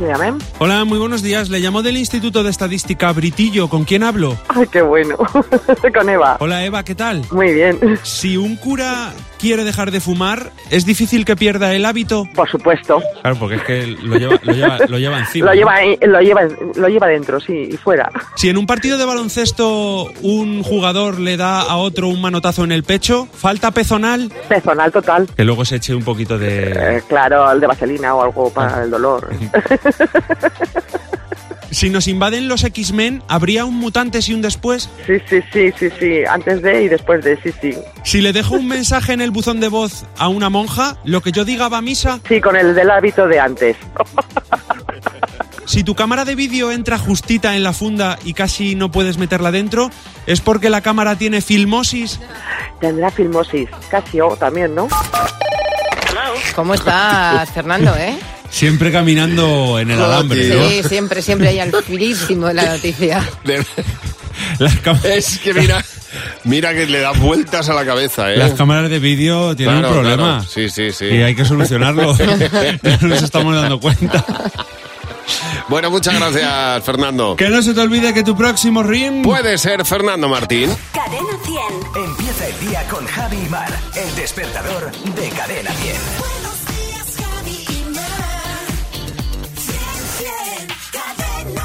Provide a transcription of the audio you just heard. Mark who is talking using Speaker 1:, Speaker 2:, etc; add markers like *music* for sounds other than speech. Speaker 1: Dígame.
Speaker 2: Hola, muy buenos días. Le llamo del Instituto de Estadística Britillo. ¿Con quién hablo?
Speaker 1: Ay, qué bueno. *laughs* Con Eva.
Speaker 2: Hola, Eva, ¿qué tal?
Speaker 1: Muy bien.
Speaker 2: Si un cura quiere dejar de fumar, ¿es difícil que pierda el hábito?
Speaker 1: Por supuesto.
Speaker 2: Claro, porque es que lo lleva, lo lleva, lo lleva
Speaker 1: *laughs*
Speaker 2: encima.
Speaker 1: Lo
Speaker 2: ¿no?
Speaker 1: lleva, ahí- lo lleva, lo lleva dentro, sí, y fuera. *laughs*
Speaker 2: Si en un partido de baloncesto un jugador le da a otro un manotazo en el pecho, falta pezonal,
Speaker 1: Personal total.
Speaker 2: que luego se eche un poquito
Speaker 1: *laughs*
Speaker 2: de...
Speaker 1: Eh, claro, el de vaselina o algo para el dolor.
Speaker 2: *laughs* Si nos invaden los X-Men, ¿habría un mutante y un después?
Speaker 1: Sí, sí, sí, sí, sí. Antes de y después de, sí, sí.
Speaker 2: Si le dejo un mensaje en el buzón de voz a una monja, lo que yo diga va a misa.
Speaker 1: Sí, con el del hábito de antes.
Speaker 2: Si tu cámara de vídeo entra justita en la funda y casi no puedes meterla dentro, es porque la cámara tiene filmosis.
Speaker 1: Tendrá filmosis. Casi o también, ¿no?
Speaker 3: ¿Cómo estás, Fernando, eh?
Speaker 2: Siempre caminando en el alambre,
Speaker 4: tío.
Speaker 2: ¿no?
Speaker 3: Sí, siempre, siempre hay al filísimo de la noticia.
Speaker 4: De-
Speaker 2: Las, cam-
Speaker 4: Es que mira, mira que le das vueltas a la cabeza, ¿eh?
Speaker 2: las cámaras de vídeo tienen
Speaker 4: Claro,
Speaker 2: un problema.
Speaker 4: claro. Sí, sí, sí.
Speaker 2: Y hay que *laughs* solucionarlo. no nos estamos dando cuenta.
Speaker 4: Bueno, muchas gracias, Fernando.
Speaker 2: Que no se te olvide que tu próximo rim...
Speaker 4: Puede ser Fernando Martín.
Speaker 5: Cadena 100.
Speaker 6: Empieza el día con Javi Mar. El despertador de Cadena 10.
Speaker 7: Buenos días, Javi y Mar. Bien, bien, cadena